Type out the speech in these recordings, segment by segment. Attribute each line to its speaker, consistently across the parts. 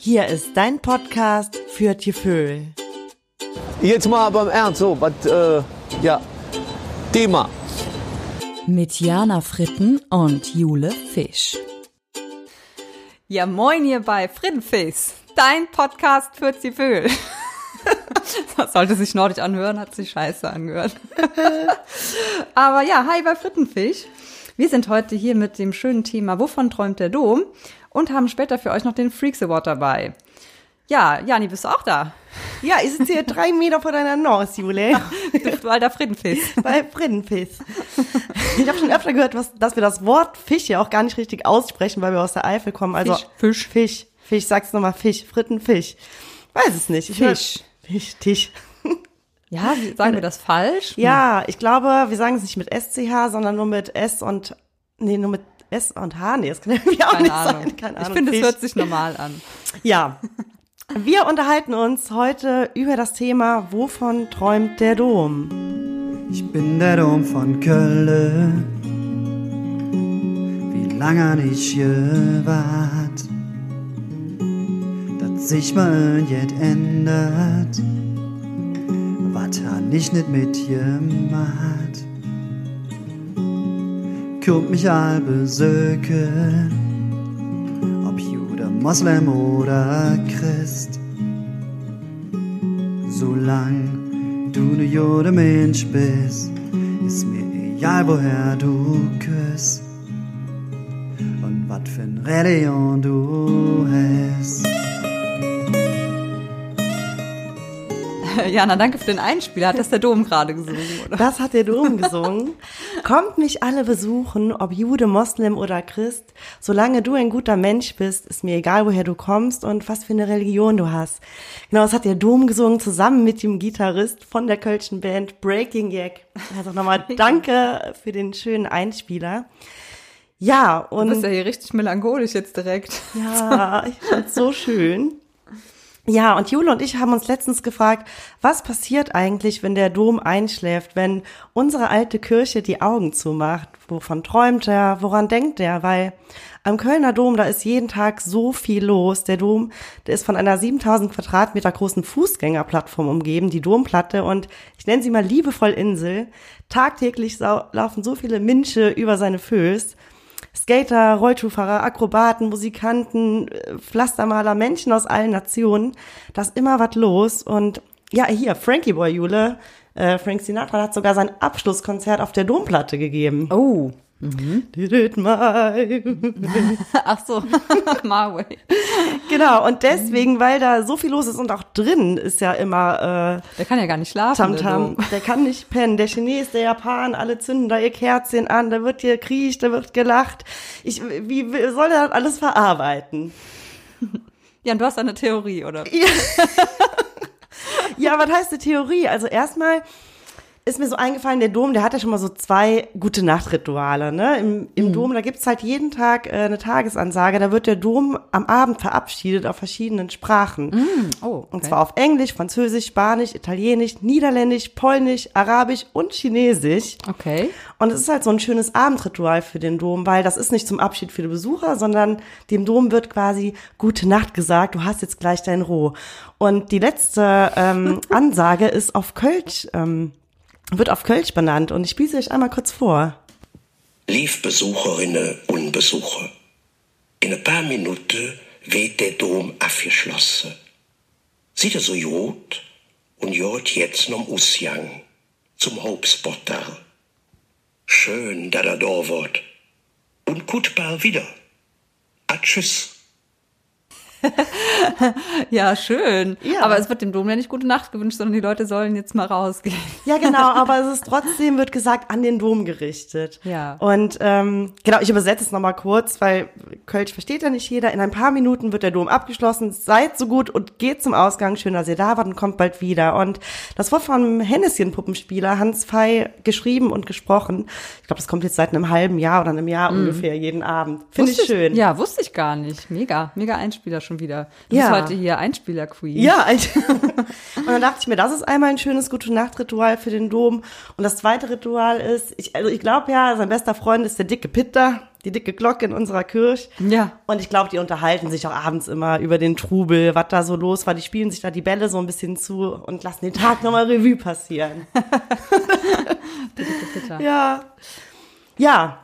Speaker 1: Hier ist dein Podcast für Tieföhl.
Speaker 2: Jetzt mal aber im Ernst, so, was, äh, ja, Thema.
Speaker 3: mit Jana Fritten und Jule Fisch.
Speaker 4: Ja, moin hier bei Frittenfis, dein Podcast für Zivil. Das sollte sich nordisch anhören, hat sich scheiße angehört. Aber ja, hi bei Frittenfisch. Wir sind heute hier mit dem schönen Thema Wovon träumt der Dom? Und haben später für euch noch den Freaks Award dabei. Ja, Jani, bist du auch da?
Speaker 1: Ja, ich sitze hier drei Meter vor deiner Nase, Jule,
Speaker 4: Du alter Frittenfis.
Speaker 1: bei Frittenfisch. Ich habe schon öfter gehört, was, dass wir das Wort Fisch ja auch gar nicht richtig aussprechen, weil wir aus der Eifel kommen. Also
Speaker 4: Fisch, Fisch.
Speaker 1: Fisch, Fisch, sag's nochmal, Fisch, Frittenfisch. Weiß es nicht. Ich hör-
Speaker 4: Fisch.
Speaker 1: Fisch, Tisch.
Speaker 4: Ja, wie- sagen wir das falsch?
Speaker 1: Ja, ich glaube, wir sagen es nicht mit SCH, sondern nur mit S und, nee, nur mit S und H. Nee, das kann irgendwie auch
Speaker 4: Keine
Speaker 1: nicht
Speaker 4: Ahnung.
Speaker 1: sein. Keine Ahnung.
Speaker 4: Ich finde, es
Speaker 1: Fisch.
Speaker 4: hört sich normal an.
Speaker 1: Ja. Wir unterhalten uns heute über das Thema, wovon träumt der Dom?
Speaker 5: Ich bin der Dom von Köln, wie lange ich gewart, dass sich mal jetzt ändert, was han ich nicht mitgemacht. Kommt mich all besöke, ob Jude, Moslem oder Christ. Solang du ne Jode Mensch bist, ist mir egal, woher du küsst und wat für ein Religion du hast.
Speaker 4: Jana, danke für den Einspieler. Hat das der Dom gerade gesungen, oder?
Speaker 1: Das hat der Dom gesungen. Kommt mich alle besuchen, ob Jude, Moslem oder Christ. Solange du ein guter Mensch bist, ist mir egal, woher du kommst und was für eine Religion du hast. Genau, das hat der Dom gesungen, zusammen mit dem Gitarrist von der Kölschen Band Breaking Jack. Also nochmal danke für den schönen Einspieler. Ja, und.
Speaker 4: Du bist ja hier richtig melancholisch jetzt direkt.
Speaker 1: Ja, ich fand's so schön. Ja, und Jule und ich haben uns letztens gefragt, was passiert eigentlich, wenn der Dom einschläft, wenn unsere alte Kirche die Augen zumacht? Wovon träumt er? Woran denkt er? Weil am Kölner Dom, da ist jeden Tag so viel los. Der Dom, der ist von einer 7000 Quadratmeter großen Fußgängerplattform umgeben, die Domplatte und ich nenne sie mal liebevoll Insel. Tagtäglich sau- laufen so viele Minsche über seine Föß. Skater, Rollschuhfahrer, Akrobaten, Musikanten, äh, Pflastermaler, Menschen aus allen Nationen. Da ist immer was los. Und ja, hier, Frankie Boy Jule, äh, Frank Sinatra hat sogar sein Abschlusskonzert auf der Domplatte gegeben.
Speaker 4: Oh.
Speaker 1: Did it my
Speaker 4: Ach so, Marway.
Speaker 1: Genau, und deswegen, weil da so viel los ist und auch drin ist ja immer äh,
Speaker 4: Der kann ja gar nicht schlafen. ne,
Speaker 1: Tamtam,
Speaker 4: der Dom.
Speaker 1: der kann nicht pennen. Der Chines, der Japan, alle zünden da ihr Kerzchen an, da wird hier kriecht, da wird gelacht. Ich, wie wie soll er das alles verarbeiten?
Speaker 4: Jan, du hast eine Theorie, oder?
Speaker 1: Ja, was heißt die Theorie? Also erstmal ist mir so eingefallen, der Dom, der hat ja schon mal so zwei gute Nachtrituale. Ne? Im, im Dom, da gibt's halt jeden Tag äh, eine Tagesansage. Da wird der Dom am Abend verabschiedet auf verschiedenen Sprachen.
Speaker 4: Oh,
Speaker 1: Und zwar auf Englisch, Französisch, Spanisch, Italienisch, Niederländisch, Polnisch, Arabisch und Chinesisch.
Speaker 4: Okay.
Speaker 1: Und es ist halt so ein schönes Abendritual für den Dom, weil das ist nicht zum Abschied für die Besucher, sondern dem Dom wird quasi gute Nacht gesagt, du hast jetzt gleich dein Ruhe. Und die letzte ähm, Ansage ist auf Kölsch, ähm, wird auf Kölsch benannt und ich spiele sie euch einmal kurz vor.
Speaker 6: Lief Besucherinnen und Besucher, in ein paar Minuten wird der Dom abgeschlossen. Sieht er so jod und jod jetzt noch Usjang zum Hauptsportal. Schön, da da da wird. Und gut bald wieder. A tschüss.
Speaker 4: Ja, schön.
Speaker 1: Ja.
Speaker 4: Aber es wird dem Dom ja nicht gute Nacht gewünscht, sondern die Leute sollen jetzt mal rausgehen.
Speaker 1: Ja, genau, aber es ist trotzdem, wird gesagt, an den Dom gerichtet.
Speaker 4: Ja.
Speaker 1: Und ähm, genau, ich übersetze es nochmal kurz, weil Kölsch versteht ja nicht jeder. In ein paar Minuten wird der Dom abgeschlossen. Seid so gut und geht zum Ausgang. Schön, dass ihr da wart und kommt bald wieder. Und das wurde vom Henneschen-Puppenspieler Hans Fey geschrieben und gesprochen. Ich glaube, das kommt jetzt seit einem halben Jahr oder einem Jahr ungefähr jeden Abend. Finde ich
Speaker 4: Wusste
Speaker 1: schön.
Speaker 4: Mhm. Ja, wusste ich gar nicht. Mega, mega Einspieler schon wieder. Du
Speaker 1: Ja.
Speaker 4: bist heute hier Einspieler-Queen.
Speaker 1: Ja, Alter. und dann dachte ich mir, das ist einmal ein schönes Gute-Nacht-Ritual für den Dom. Und das zweite Ritual ist, ich, also ich glaube ja, sein bester Freund ist der dicke Pitter. die dicke Glocke in unserer Kirche.
Speaker 4: Ja.
Speaker 1: Und ich glaube, die unterhalten sich auch abends immer über den Trubel, was da so los war. Die spielen sich da die Bälle so ein bisschen zu und lassen den Tag nochmal Revue passieren. ja. Ja.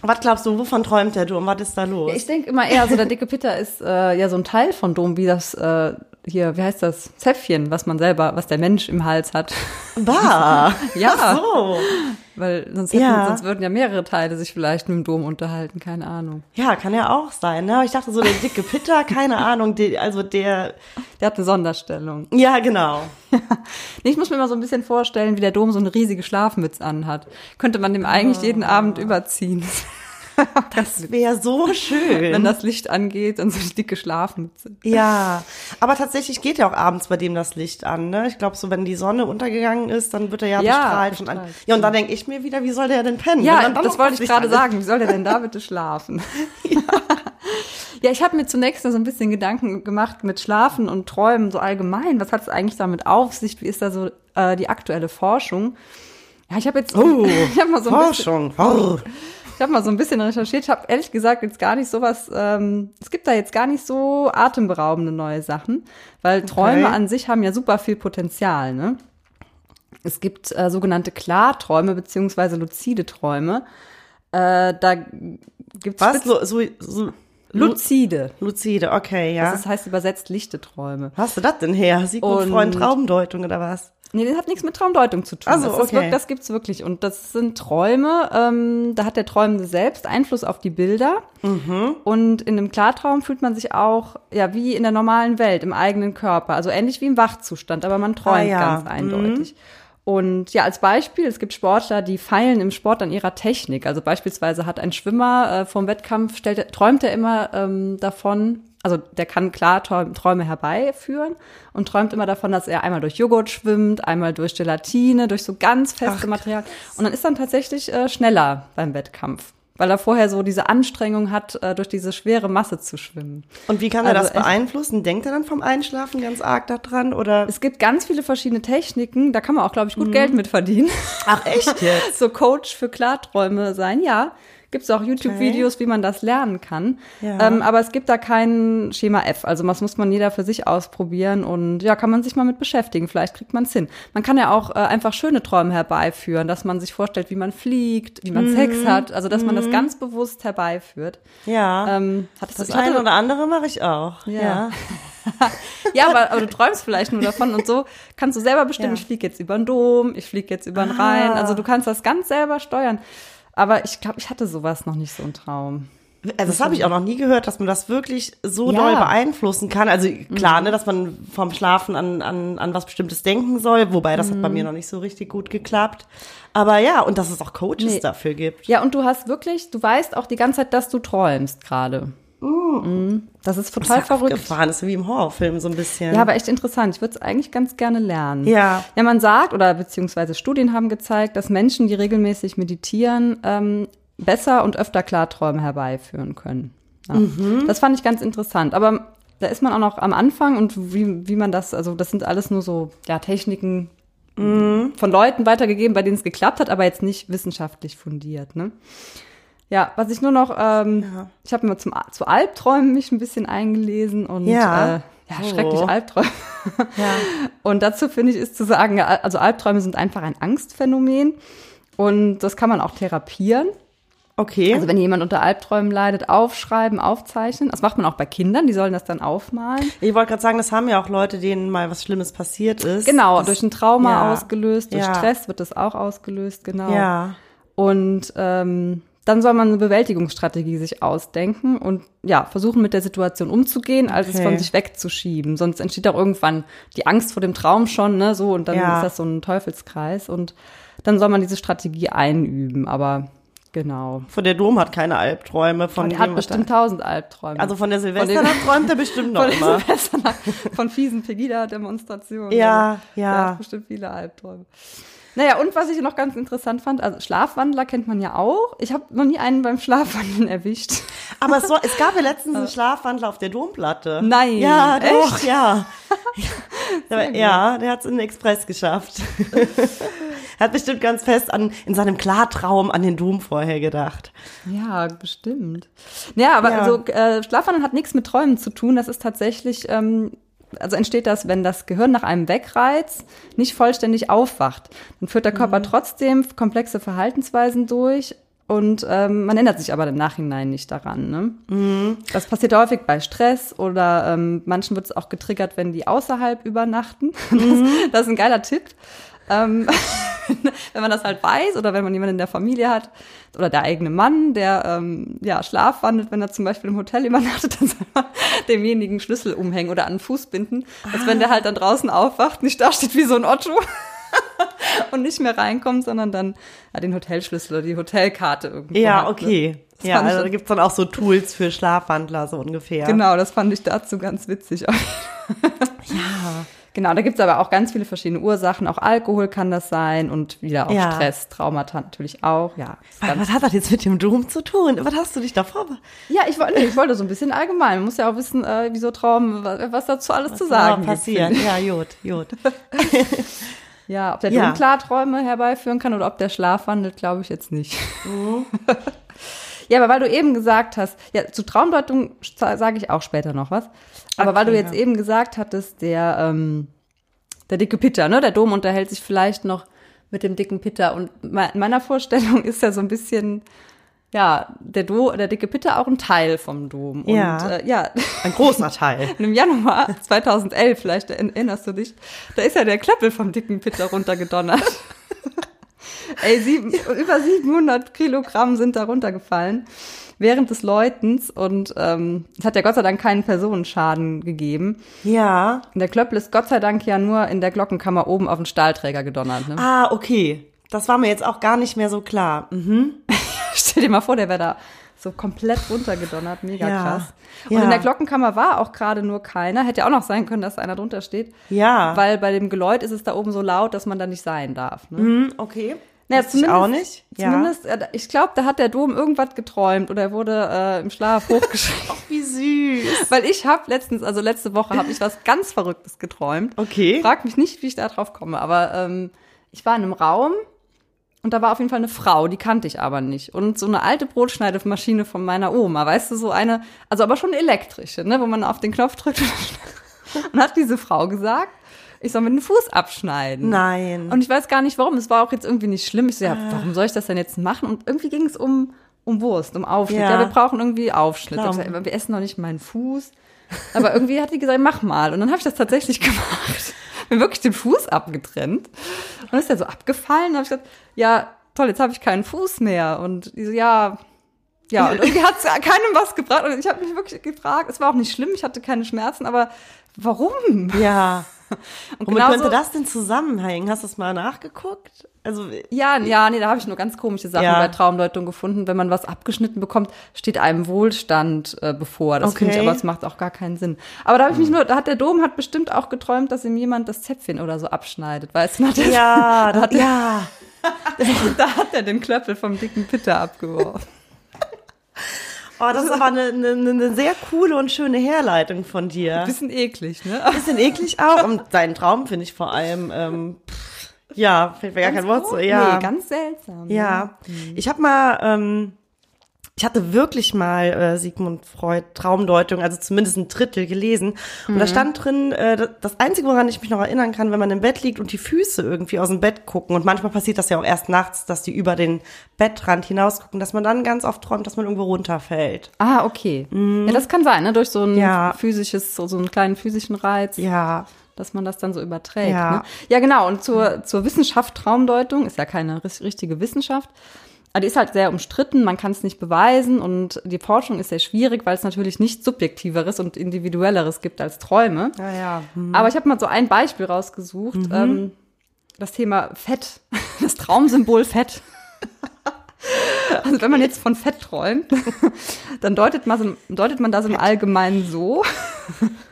Speaker 1: Was glaubst du, wovon träumt der Dom? Was ist da los?
Speaker 4: Ich denke immer eher, so der dicke Pitter ist äh, ja so ein Teil von Dom, wie das äh, hier, wie heißt das? Zäpfchen, was man selber, was der Mensch im Hals hat.
Speaker 1: bah.
Speaker 4: Ja.
Speaker 1: Ach so.
Speaker 4: Weil sonst, hätten,
Speaker 1: Ja.
Speaker 4: sonst würden ja mehrere Teile sich vielleicht mit dem Dom unterhalten, keine Ahnung.
Speaker 1: Ja, kann ja auch sein. Ne? Aber Ich dachte so, der dicke Pitter, keine Ahnung, die, also der.
Speaker 4: Der hat eine Sonderstellung.
Speaker 1: Ja, genau.
Speaker 4: Nee, Ich muss mir mal so ein bisschen vorstellen, wie der Dom so eine riesige Schlafmütze anhat. Könnte man dem eigentlich
Speaker 1: Ah.
Speaker 4: jeden Abend überziehen. Das,
Speaker 1: Wäre so schön.
Speaker 4: wenn das Licht angeht und so eine dicke Schlafmütze.
Speaker 1: Ja, aber tatsächlich geht ja auch abends bei dem das Licht an. Ne? Ich glaube, so wenn die Sonne untergegangen ist, dann wird er ja,
Speaker 4: Ja,
Speaker 1: bestrahlt. Von an
Speaker 4: bestrahlt.
Speaker 1: ja, und dann denke ich mir wieder, wie soll der denn pennen? wenn
Speaker 4: Ja,
Speaker 1: dann dann
Speaker 4: das
Speaker 1: noch
Speaker 4: wollte ich
Speaker 1: Licht
Speaker 4: gerade
Speaker 1: an ist?
Speaker 4: sagen. Wie soll der denn da bitte schlafen? Ja, ich habe mir zunächst noch so ein bisschen Gedanken gemacht mit Schlafen und Träumen so allgemein. Was hat es eigentlich damit auf sich? Wie ist da so äh, die aktuelle Forschung? Ja, ich habe jetzt
Speaker 1: Oh,
Speaker 4: ich hab mal so Also ein bisschen,
Speaker 1: Forschung. Oh.
Speaker 4: ich habe mal so ein bisschen recherchiert. Ich habe ehrlich gesagt jetzt gar nicht sowas. Ähm, es gibt da jetzt gar nicht so atemberaubende neue Sachen, weil Träume an sich haben ja super viel Potenzial. Ne? Es gibt äh, sogenannte Klarträume beziehungsweise luzide Träume. Äh, da gibt's
Speaker 1: Was?
Speaker 4: Spitz-
Speaker 1: So, so, so,
Speaker 4: luzide.
Speaker 1: Luzide, okay, ja.
Speaker 4: Das heißt übersetzt lichte Träume.
Speaker 1: Was hast du das denn her? Sigmund
Speaker 4: Und-
Speaker 1: Freund Traumdeutung oder was?
Speaker 4: Nee, das hat nichts mit Traumdeutung zu tun.
Speaker 1: Also,
Speaker 4: das, ist
Speaker 1: okay.
Speaker 4: wirk- das gibt's wirklich. Und das sind Träume, ähm, da hat der Träumende selbst Einfluss auf die Bilder. Und in einem Klartraum fühlt man sich auch, ja, wie in der normalen Welt, im eigenen Körper. Also ähnlich wie im Wachzustand, aber man träumt
Speaker 1: Ah, ja.
Speaker 4: ganz eindeutig. Und ja, als Beispiel, es gibt Sportler, die feilen im Sport an ihrer Technik. Also beispielsweise hat ein Schwimmer äh, vom Wettkampf, stellt, er- träumt er immer ähm, davon, also der kann klar Träum- Träume herbeiführen und träumt immer davon, dass er einmal durch Joghurt schwimmt, einmal durch Gelatine, durch so ganz feste Material. Und dann ist dann tatsächlich äh, schneller beim Wettkampf, weil er vorher so diese Anstrengung hat, äh, durch diese schwere Masse zu schwimmen.
Speaker 1: Und wie kann er
Speaker 4: Also
Speaker 1: das
Speaker 4: echt-
Speaker 1: beeinflussen? Denkt er dann vom Einschlafen ganz arg da dran? Oder?
Speaker 4: Es gibt ganz viele verschiedene Techniken, da kann man auch, glaube ich, gut Geld mit verdienen.
Speaker 1: Mhm. Ach, echt jetzt?
Speaker 4: so Coach für Klarträume sein. Ja, gibt es auch YouTube-Videos, wie man das lernen kann.
Speaker 1: Ja.
Speaker 4: Ähm, aber es gibt da kein Schema F. Also das muss man jeder für sich ausprobieren und ja, kann man sich mal mit beschäftigen. Vielleicht kriegt man es hin. Man kann ja auch äh, einfach schöne Träume herbeiführen, dass man sich vorstellt, wie man fliegt, wie man Sex hat. Also dass man das ganz bewusst herbeiführt.
Speaker 1: Mhm. Ja.
Speaker 4: Ähm, hat
Speaker 1: das
Speaker 4: ich hatte-
Speaker 1: eine oder andere mache ich auch.
Speaker 4: Ja.
Speaker 1: ja.
Speaker 4: Ja, aber, aber du träumst vielleicht nur davon und so kannst du selber bestimmen,
Speaker 1: Ja.
Speaker 4: ich fliege jetzt über den Dom, ich fliege jetzt über den Rhein. Also du kannst das ganz selber steuern. Aber ich glaube, ich hatte sowas noch nicht so einen Traum.
Speaker 1: Also das habe ich auch noch nie gehört, dass man das wirklich so
Speaker 4: Ja. Mhm.
Speaker 1: doll beeinflussen kann. Also klar, ne, dass man vom Schlafen an, an, an was Bestimmtes denken soll, wobei das hat bei
Speaker 4: Mhm.
Speaker 1: mir noch nicht so richtig gut geklappt. Aber ja, und dass es auch Coaches
Speaker 4: Nee.
Speaker 1: dafür gibt.
Speaker 4: Ja, und du hast wirklich, du weißt auch die ganze Zeit, dass du träumst gerade. Mhm. Das ist total verrückt.
Speaker 1: Abgefahren ist wie im Horrorfilm so ein bisschen.
Speaker 4: Ja, aber echt interessant. Ich würde es eigentlich ganz gerne lernen.
Speaker 1: Ja.
Speaker 4: Ja, man sagt, oder beziehungsweise Studien haben gezeigt, dass Menschen, die regelmäßig meditieren, ähm, besser und öfter Klarträume herbeiführen können. Ja.
Speaker 1: Mhm.
Speaker 4: Das fand ich ganz interessant. Aber da ist man auch noch am Anfang und wie, wie man das, also das sind alles nur so ja, Techniken von Leuten weitergegeben, bei denen es geklappt hat, aber jetzt nicht wissenschaftlich fundiert. Ne? Ja, was ich nur noch, ähm, ich habe mir zum, zu Albträumen mich ein bisschen eingelesen und
Speaker 1: Ja.
Speaker 4: äh, ja
Speaker 1: Oh.
Speaker 4: schrecklich Albträume. Und dazu finde ich, ist zu sagen, also Albträume sind einfach ein Angstphänomen und das kann man auch therapieren.
Speaker 1: okay.
Speaker 4: Also wenn jemand unter Albträumen leidet, aufschreiben, aufzeichnen. Das macht man auch bei Kindern, die sollen das dann aufmalen.
Speaker 1: ich wollte gerade sagen, das haben ja auch Leute, denen mal was Schlimmes passiert ist.
Speaker 4: Genau,
Speaker 1: das,
Speaker 4: durch ein Trauma
Speaker 1: ja.
Speaker 4: ausgelöst, durch
Speaker 1: Ja.
Speaker 4: Stress wird das auch ausgelöst, genau.
Speaker 1: Ja.
Speaker 4: Und ähm, dann soll man eine Bewältigungsstrategie sich ausdenken und ja, versuchen mit der Situation umzugehen, als es
Speaker 1: Okay.
Speaker 4: von sich wegzuschieben. Sonst entsteht auch irgendwann die Angst vor dem Traum schon, ne, so und dann
Speaker 1: Ja.
Speaker 4: ist das so ein Teufelskreis und dann soll man diese Strategie einüben, aber genau.
Speaker 1: Von der Dom hat keine Albträume. Von
Speaker 4: Und er hat
Speaker 1: dem, was da-
Speaker 4: bestimmt tausend Albträume.
Speaker 1: also von der
Speaker 4: dem-
Speaker 1: Silvester träumt er bestimmt noch
Speaker 4: von,
Speaker 1: immer.
Speaker 4: Silvester- von fiesen Pegida-Demonstrationen.
Speaker 1: Ja,
Speaker 4: der
Speaker 1: ja.
Speaker 4: hat bestimmt viele Albträume. Naja, und was ich noch ganz interessant fand, also Schlafwandler kennt man ja auch. Ich habe noch nie einen beim Schlafwandeln erwischt.
Speaker 1: Aber es, soll, es gab ja letztens einen Schlafwandler auf der Domplatte.
Speaker 4: Nein,
Speaker 1: Ja,
Speaker 4: echt?
Speaker 1: doch, ja. ja, der hat es in den Express geschafft. Er hat bestimmt ganz fest an, in seinem Klartraum an den Dom vorher gedacht.
Speaker 4: Ja, bestimmt. Ja, aber
Speaker 1: Ja.
Speaker 4: also äh, Schlafwandeln hat nichts mit Träumen zu tun. Das ist tatsächlich, ähm, also entsteht das, wenn das Gehirn nach einem Wegreiz nicht vollständig aufwacht. Dann führt der Körper trotzdem komplexe Verhaltensweisen durch. Und ähm, man ändert sich aber im Nachhinein nicht daran. Ne? Das passiert häufig bei Stress oder ähm, manchen wird es auch getriggert, wenn die außerhalb übernachten. Das, das ist ein geiler Tipp. Ähm, wenn man das halt weiß oder wenn man jemanden in der Familie hat oder der eigene Mann, der ähm, ja, schlafwandelt, wenn er zum Beispiel im Hotel übernachtet, dann soll man demjenigen Schlüssel umhängen oder an den Fuß binden, dass wenn der
Speaker 1: Ah.
Speaker 4: halt dann draußen aufwacht, nicht da steht wie so ein Otto und nicht mehr reinkommt, sondern dann ja, den Hotelschlüssel oder die Hotelkarte irgendwo hat,
Speaker 1: Ja,
Speaker 4: ne?
Speaker 1: okay.
Speaker 4: Das
Speaker 1: Ja,
Speaker 4: fand ich
Speaker 1: also da
Speaker 4: dann-
Speaker 1: gibt's dann auch so Tools für Schlafwandler, so ungefähr.
Speaker 4: Genau, das fand ich dazu ganz witzig. ja. Genau, da gibt's aber auch ganz viele verschiedene Ursachen. Auch Alkohol kann das sein und wieder auch
Speaker 1: Ja.
Speaker 4: Stress, Traumata natürlich auch. Ja, ist
Speaker 1: Was,
Speaker 4: ganz,
Speaker 1: was hat das jetzt mit dem Dom zu tun? Was hast du dich davor?
Speaker 4: ja ich, wollte, ich wollte so ein bisschen allgemein. Man muss ja auch wissen, äh, wieso Traum, was, was dazu alles zu
Speaker 1: Ah,
Speaker 4: sagen
Speaker 1: passiert?
Speaker 4: gibt.
Speaker 1: Ja, gut, gut.
Speaker 4: Ja, ob der
Speaker 1: Ja.
Speaker 4: Dom Klarträume herbeiführen kann oder ob der Schlaf wandelt, glaube ich jetzt nicht.
Speaker 1: Mhm.
Speaker 4: ja, aber weil du eben gesagt hast, ja, zu Traumdeutung sage ich auch später noch was. Aber weil du
Speaker 1: Okay,
Speaker 4: jetzt eben gesagt hattest, der, ähm, der dicke Pitter, ne? Der Dom unterhält sich vielleicht noch mit dem dicken Pitter. Und me- in meiner Vorstellung ist ja so ein bisschen, ja, der, Do, der dicke Pitter auch ein Teil vom Dom.
Speaker 1: Ja.
Speaker 4: Und, äh, ja.
Speaker 1: Ein großer Teil.
Speaker 4: Und im Januar 2011, vielleicht erinnerst du dich, da ist ja der Klöppel vom dicken Pitter runtergedonnert. Ey, sieben, über 700 Kilogramm sind da runtergefallen während des Läutens und ähm, es hat ja Gott sei Dank keinen Personenschaden gegeben.
Speaker 1: Ja.
Speaker 4: Und der Klöppel ist Gott sei Dank ja nur in der Glockenkammer oben auf den Stahlträger gedonnert. Ne?
Speaker 1: Ah, okay. Das war mir jetzt auch gar nicht mehr so klar.
Speaker 4: Stell dir mal vor, der wäre da so komplett runtergedonnert, mega
Speaker 1: Ja.
Speaker 4: krass. Und
Speaker 1: Ja.
Speaker 4: in der Glockenkammer war auch gerade nur keiner. Hätte ja auch noch sein können, dass einer drunter steht.
Speaker 1: Ja.
Speaker 4: Weil bei dem Geläut ist es da oben so laut, dass man da nicht sein darf. Ne?
Speaker 1: Hm, okay.
Speaker 4: Naja,
Speaker 1: Wusste ich auch nicht. Ja.
Speaker 4: Zumindest, äh, ich glaube, da hat der Dom irgendwas geträumt oder er wurde äh, im Schlaf hochgeschrieben.
Speaker 1: Wie süß.
Speaker 4: weil ich habe letztens, also letzte Woche, habe ich was ganz Verrücktes geträumt.
Speaker 1: Okay.
Speaker 4: Frag mich nicht, wie ich da drauf komme, aber ähm, ich war in einem Raum und da war auf jeden Fall eine Frau, die kannte ich aber nicht. Und so eine alte Brotschneidemaschine von meiner Oma, weißt du, so eine, also aber schon elektrische, ne, wo man auf den Knopf drückt und hat diese Frau gesagt, ich soll mir den Fuß abschneiden.
Speaker 1: Nein.
Speaker 4: Mhm. Und ich weiß gar nicht warum, es war auch jetzt irgendwie nicht schlimm. Ich so, ja,
Speaker 1: Äh.
Speaker 4: warum soll ich das denn jetzt machen? Und irgendwie ging es um, um Wurst, um Aufschnitt.
Speaker 1: Ja.
Speaker 4: Ja, wir brauchen irgendwie Aufschnitt.
Speaker 1: Klar.
Speaker 4: Ich so, aber wir essen noch nicht meinen Fuß. Aber irgendwie hat die gesagt, mach mal. Und dann habe ich das tatsächlich gemacht. Mir wirklich den Fuß abgetrennt. Und dann ist der so abgefallen. Und habe ich gesagt, ja, toll, jetzt habe ich keinen Fuß mehr. Und die so, ja, ja. Und irgendwie hat es keinem was gebracht. Und ich habe mich wirklich gefragt, es war auch nicht schlimm, ich hatte keine Schmerzen, aber warum? genau
Speaker 1: Ja.
Speaker 4: Und
Speaker 1: Womit
Speaker 4: genauso-
Speaker 1: könnte das denn zusammenhängen? Hast du es mal nachgeguckt? Also,
Speaker 4: Ja, ja, nee, da habe ich nur ganz komische Sachen
Speaker 1: Ja.
Speaker 4: bei Traumdeutung gefunden. Wenn man was abgeschnitten bekommt, steht einem Wohlstand äh, bevor. Das finde ich
Speaker 1: Okay. Hm.
Speaker 4: aber, das macht auch gar keinen Sinn. Aber da habe ich mich nur, da hat der Dom hat bestimmt auch geträumt, dass ihm jemand das Zäpfchen oder so abschneidet. Weißt du, hat er-
Speaker 1: ja,
Speaker 4: da, hat
Speaker 1: das,
Speaker 4: er,
Speaker 1: ja.
Speaker 4: da hat er den Klöppel vom dicken Pitter abgeworfen.
Speaker 1: Oh, das ist aber eine, eine, eine sehr coole und schöne Herleitung von dir.
Speaker 4: Bisschen eklig, ne?
Speaker 1: Bisschen eklig auch. Und deinen Traum finde ich vor allem, ähm, pff, ja, fällt mir gar kein Wort zu. Ja.
Speaker 4: Nee, ganz seltsam.
Speaker 1: Ja, Mhm. ich habe mal, ähm, ich hatte wirklich mal äh, Sigmund Freud Traumdeutung, also zumindest ein Drittel gelesen. Und da stand drin, äh, das- das Einzige, woran ich mich noch erinnern kann, wenn man im Bett liegt und die Füße irgendwie aus dem Bett gucken, und manchmal passiert das ja auch erst nachts, dass die über den Bettrand hinausgucken, dass man dann ganz oft träumt, dass man irgendwo runterfällt.
Speaker 4: Ah, okay. Ja, das kann sein, ne? Durch so ein
Speaker 1: Mhm. Ja.
Speaker 4: physisches, so, so einen kleinen physischen Reiz.
Speaker 1: Ja,
Speaker 4: dass man das dann so überträgt.
Speaker 1: Ja.
Speaker 4: Ja, ne? ja genau. Und zur, zur Wissenschaft Traumdeutung ist ja keine ris- richtige Wissenschaft. Aber die ist halt sehr umstritten, man kann es nicht beweisen und die Forschung ist sehr schwierig, weil es natürlich nichts Subjektiveres und Individuelleres gibt als Träume.
Speaker 1: ja, ja.
Speaker 4: Aber ich habe mal so ein Beispiel rausgesucht. Ähm, das Thema Fett, das Traumsymbol Fett. Also wenn man jetzt von Fett träumt, dann deutet man, so- deutet man das im Allgemeinen so,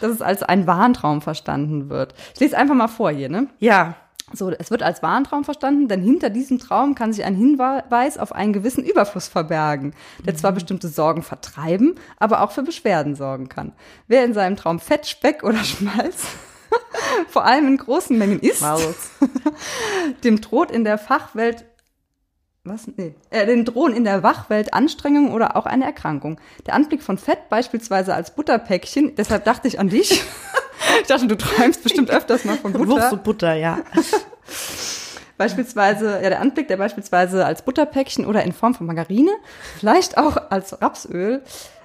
Speaker 4: dass es als ein Warntraum verstanden wird. Ich lese einfach mal vor hier, ne?
Speaker 1: Ja,
Speaker 4: So, es wird als Warntraum verstanden, denn hinter diesem Traum kann sich ein Hinweis auf einen gewissen Überfluss verbergen, der zwar bestimmte Sorgen vertreiben, aber auch für Beschwerden sorgen kann. Wer in seinem Traum Fett, Speck oder Schmalz vor allem in großen Mengen isst,
Speaker 1: Maus.
Speaker 4: dem droht in der Fachwelt was? Nee. Äh, den drohen in der Wachwelt Anstrengungen oder auch eine Erkrankung. Der Anblick von Fett beispielsweise als Butterpäckchen, deshalb dachte ich an dich. Ich dachte, du träumst bestimmt öfters mal von Butter.
Speaker 1: Wurst und Butter, ja.
Speaker 4: Beispielsweise, ja, der Anblick, der beispielsweise als Butterpäckchen oder in Form von Margarine, vielleicht auch als Rapsöl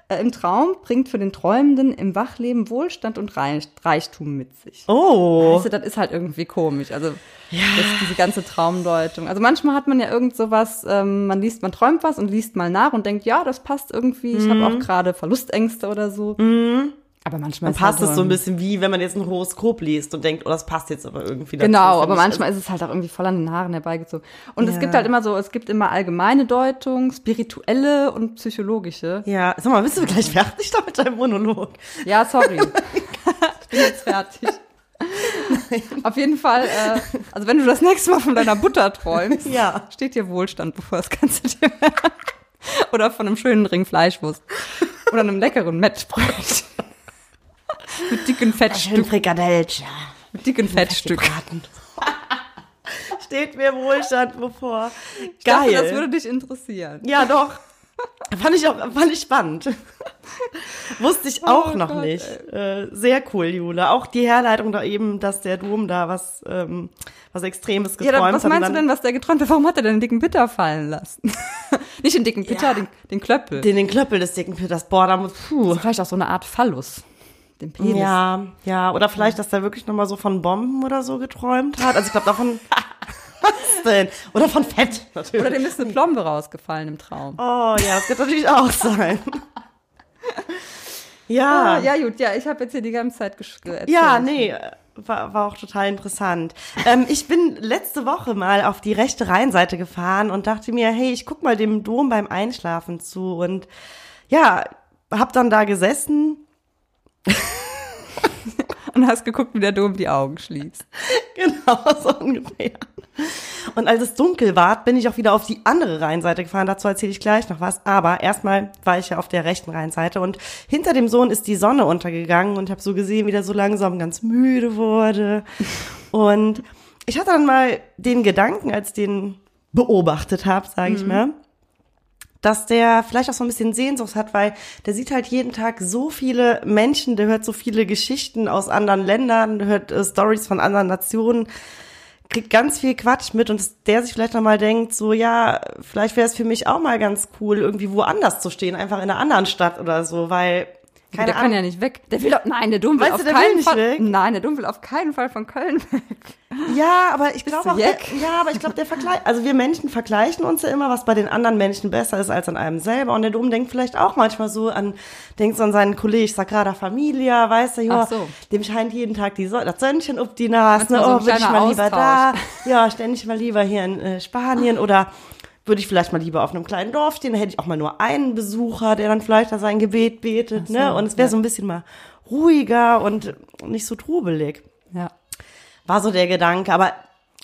Speaker 4: äh, im Traum, bringt für den Träumenden im Wachleben Wohlstand und Reich Reichtum mit sich.
Speaker 1: Oh.
Speaker 4: Weißt du, das ist halt irgendwie komisch. Also das, diese ganze Traumdeutung. Also manchmal hat man ja irgend sowas, ähm, man liest, man träumt was und liest mal nach und denkt, ja, das passt irgendwie. Ich
Speaker 1: Mhm.
Speaker 4: habe auch gerade Verlustängste oder so. Aber manchmal
Speaker 1: Dann passt
Speaker 4: halt
Speaker 1: es so ein bisschen wie, wenn man jetzt ein Horoskop liest und denkt, oh, das passt jetzt aber irgendwie dazu.
Speaker 4: Genau,
Speaker 1: Find
Speaker 4: aber
Speaker 1: ich-
Speaker 4: manchmal ist es halt auch irgendwie voll an den Haaren herbeigezogen. Und es
Speaker 1: Ja.
Speaker 4: gibt halt immer so, es gibt immer allgemeine Deutung, spirituelle und psychologische.
Speaker 1: also, Ja, sag mal, bist du gleich fertig da mit deinem Monolog?
Speaker 4: Ja, sorry. ich bin jetzt fertig. Auf jeden Fall, äh, also wenn du das nächste Mal von deiner Butter träumst,
Speaker 1: Ja.
Speaker 4: steht dir Wohlstand bevor, das kannst du dir merken. Oder von einem schönen Ring Fleischwurst. Oder einem leckeren Mettbrötchen. Mit dicken Fettstück,
Speaker 1: Frikadellchen.
Speaker 4: mit dicken Fettstück.
Speaker 1: Steht mir Wohlstand bevor.
Speaker 4: Ich dachte,
Speaker 1: Geil.
Speaker 4: das würde dich interessieren.
Speaker 1: ja, doch. Fand ich auch, fand ich spannend. Wusste ich auch noch
Speaker 4: Oh Gott,
Speaker 1: nicht. Äh, sehr cool, Jule. Auch die Herleitung da eben, dass der Dom da was, ähm, was Extremes
Speaker 4: Ja,
Speaker 1: geträumt
Speaker 4: dann, was
Speaker 1: hat. und
Speaker 4: meinst du denn, was der geträumt hat? Warum hat er denn den dicken Bitter fallen lassen? Nicht den dicken Bitter, den, den Klöppel.
Speaker 1: Den, den Klöppel des dicken Peters. Boah, da muss, puh.
Speaker 4: Vielleicht auch so eine Art Phallus. Den Penis.
Speaker 1: Ja, ja. Oder vielleicht, dass der wirklich nochmal so von Bomben oder so geträumt hat. Also ich glaube davon. was denn? Oder von Fett natürlich.
Speaker 4: Oder dem ist eine Plombe rausgefallen im Traum.
Speaker 1: Oh ja, das könnte natürlich auch sein. ja,
Speaker 4: Ah,
Speaker 1: ja,
Speaker 4: ja, gut, ja, ich habe jetzt hier die ganze Zeit gesch- ge- erzählt.
Speaker 1: nee, äh, war, war auch total interessant. Ähm, ich bin letzte Woche mal auf die rechte Rheinseite gefahren und dachte mir, hey, ich guck mal dem Dom beim Einschlafen zu und ja, hab dann da gesessen
Speaker 4: Und hast geguckt, wie der Dom die Augen schließt.
Speaker 1: Genau, so ungefähr. Und als es dunkel war, bin ich auch wieder auf die andere Rheinseite gefahren. Dazu erzähle ich gleich noch was. Aber erstmal war ich ja auf der rechten Rheinseite und hinter dem Sohn ist die Sonne untergegangen und habe so gesehen, wie der so langsam ganz müde wurde. Und ich hatte dann mal den Gedanken, als ich den beobachtet habe, sage
Speaker 4: Mhm.
Speaker 1: ich mal, dass der vielleicht auch so ein bisschen Sehnsucht hat, weil der sieht halt jeden Tag so viele Menschen, der hört so viele Geschichten aus anderen Ländern, der hört äh, Stories von anderen Nationen, kriegt ganz viel Quatsch mit und dass der sich vielleicht nochmal denkt, so ja, vielleicht wäre es für mich auch mal ganz cool, irgendwie woanders zu stehen, einfach in einer anderen Stadt oder so, weil keine
Speaker 4: der
Speaker 1: Ahnung.
Speaker 4: kann ja nicht weg. Der will doch, nein, der Dom will
Speaker 1: Meinst
Speaker 4: auf
Speaker 1: du, der will
Speaker 4: keinen
Speaker 1: nicht
Speaker 4: Fall.
Speaker 1: weg?
Speaker 4: Nein, der Dom will auf keinen Fall von Köln weg.
Speaker 1: Ja, aber ich glaube
Speaker 4: du
Speaker 1: auch, der,
Speaker 4: Jack?
Speaker 1: ja, aber ich glaube, der Vergleich, also wir Menschen vergleichen uns ja immer, was bei den anderen Menschen besser ist als an einem selber. Und der Dom denkt vielleicht auch manchmal so an, denkt so an seinen Kollegen Sagrada Familia, weißt du, ja,
Speaker 4: Ach so.
Speaker 1: dem scheint jeden Tag die Son das Sönnchen ob die Nase,
Speaker 4: Manchmal
Speaker 1: ne,
Speaker 4: so ein
Speaker 1: oh, würde ich
Speaker 4: kleiner
Speaker 1: mal lieber da,
Speaker 4: Austausch. Ah.
Speaker 1: ja, ständig mal lieber hier in äh, Spanien oder würde ich vielleicht mal lieber auf einem kleinen Dorf stehen, da hätte ich auch mal nur einen Besucher, der dann vielleicht da sein Gebet betet, ne, und es wäre so ein bisschen mal ruhiger und nicht so trubelig
Speaker 4: Ja.
Speaker 1: war so der Gedanke, aber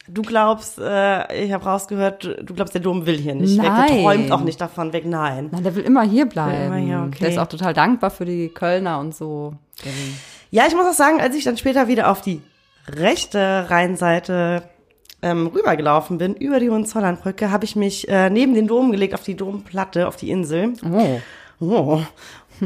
Speaker 1: du glaubst, äh, ich habe rausgehört, du glaubst, der Dom will hier nicht weg, der
Speaker 4: Nein.
Speaker 1: träumt auch nicht davon weg, nein.
Speaker 4: Nein, der will immer hier bleiben.
Speaker 1: Will immer hier, okay.
Speaker 4: Der ist auch total dankbar für die Kölner und so.
Speaker 1: Ja, ich muss auch sagen, als ich dann später wieder auf die rechte Rheinseite ähm, rübergelaufen bin, über die Hohenzollernbrücke, habe ich mich äh, neben den Dom gelegt, auf die Domplatte, auf die Insel.
Speaker 4: Oh.
Speaker 1: Oh.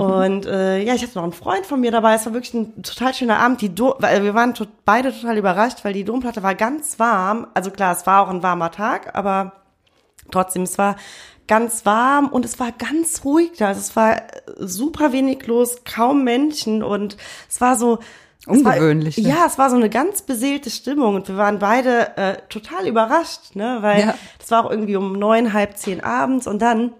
Speaker 1: Und äh, ja, ich hatte noch einen Freund von mir dabei. Es war wirklich ein total schöner Abend. Die Do weil wir waren to beide total überrascht, weil die Domplatte war ganz warm. Also klar, es war auch ein warmer Tag, aber trotzdem, es war ganz warm und es war ganz ruhig da. Also es war äh, super wenig los, kaum Menschen und es war so. es war-
Speaker 4: Ungewöhnlich, ne?
Speaker 1: Ja, es war so eine ganz beseelte Stimmung und wir waren beide äh, total überrascht, ne? Weil
Speaker 4: Ja.
Speaker 1: das war auch irgendwie um neun, halb zehn abends und dann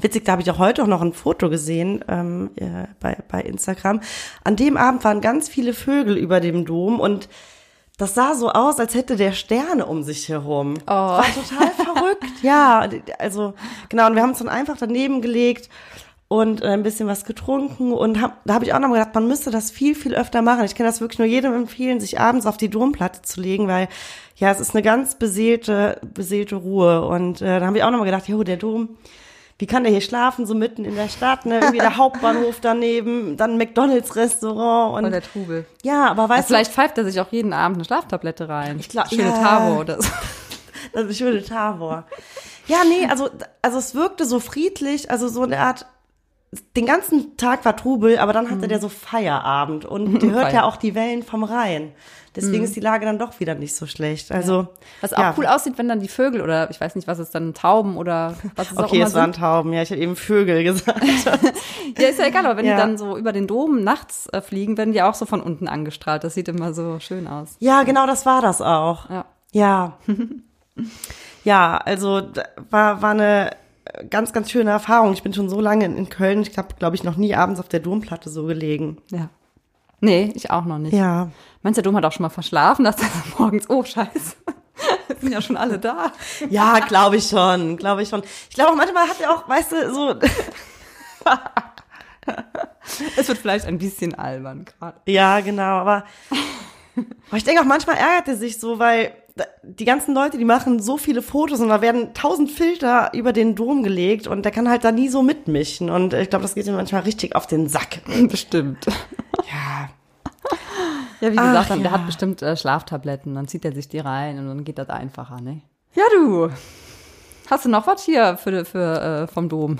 Speaker 1: Witzig, da habe ich auch heute auch noch ein Foto gesehen ähm, äh, bei, bei Instagram. An dem Abend waren ganz viele Vögel über dem Dom und das sah so aus, als hätte der Sterne um sich herum. Oh. War total verrückt. Ja, also genau. Und wir haben uns dann einfach daneben gelegt und äh, ein bisschen was getrunken und hab, da habe ich auch noch mal gedacht, man müsste das viel viel öfter machen. Ich kann das wirklich nur jedem empfehlen, sich abends auf die Domplatte zu legen, weil ja, es ist eine ganz beseelte beseelte Ruhe und äh, da habe ich auch noch mal gedacht, jo, der Dom wie kann der hier schlafen, so mitten in der Stadt, ne? Irgendwie der Hauptbahnhof daneben, dann McDonalds-Restaurant und,
Speaker 4: Und der Trubel.
Speaker 1: ja, aber
Speaker 4: Also
Speaker 1: weißt du,
Speaker 4: vielleicht pfeift er sich auch jeden Abend eine Schlaftablette rein. Ich
Speaker 1: glaub-
Speaker 4: Schöne
Speaker 1: ja.
Speaker 4: Taro oder so.
Speaker 1: Das ist schöne Also Tavor. Ja, nee, also, also es wirkte so friedlich, also so eine Art, den ganzen Tag war Trubel, aber dann
Speaker 4: Mhm.
Speaker 1: hatte der so Feierabend und der hört ja
Speaker 4: Feier-
Speaker 1: auch die Wellen vom Rhein. Deswegen ist die Lage dann doch wieder nicht so schlecht. Also,
Speaker 4: Mhm. Was auch
Speaker 1: ja.
Speaker 4: cool aussieht, wenn dann die Vögel oder ich weiß nicht, was es dann Tauben oder was es auch
Speaker 1: Okay,
Speaker 4: immer
Speaker 1: es waren
Speaker 4: sind.
Speaker 1: Tauben, ja, ich hatte eben Vögel gesagt.
Speaker 4: Ja, ist ja egal, aber wenn
Speaker 1: Ja.
Speaker 4: die dann so über den Dom nachts äh, fliegen, werden die auch so von unten angestrahlt. Das sieht immer so schön aus.
Speaker 1: Ja, genau, das war das auch.
Speaker 4: Ja.
Speaker 1: Ja. ja, also d- war, war eine ganz, ganz schöne Erfahrung. Ich bin schon so lange in, in Köln, ich habe, glaube ich, noch nie abends auf der Domplatte so gelegen.
Speaker 4: Ja. Nee, ich auch noch nicht.
Speaker 1: Ja.
Speaker 4: Meinst du, der Dom hat auch schon mal verschlafen, dass er morgens, oh scheiße, jetzt sind ja schon alle da.
Speaker 1: Ja, glaube ich schon, glaube ich schon. Ich glaube, manchmal hat er auch, weißt du, so,
Speaker 4: Es wird vielleicht ein bisschen albern gerade.
Speaker 1: ja, genau, aber, aber ich denke auch, manchmal ärgert er sich so, weil da- die ganzen Leute, die machen so viele Fotos und da werden tausend Filter über den Dom gelegt und der kann halt da nie so mitmischen und ich glaube, das geht ihm manchmal richtig auf den Sack.
Speaker 4: Bestimmt.
Speaker 1: Ja.
Speaker 4: Ja, wie
Speaker 1: Ach,
Speaker 4: gesagt, dann, der
Speaker 1: ja.
Speaker 4: hat bestimmt äh, Schlaftabletten, dann zieht er sich die rein und dann geht das einfacher, ne? Ja, du. Hast du noch was hier für, für äh, vom Dom?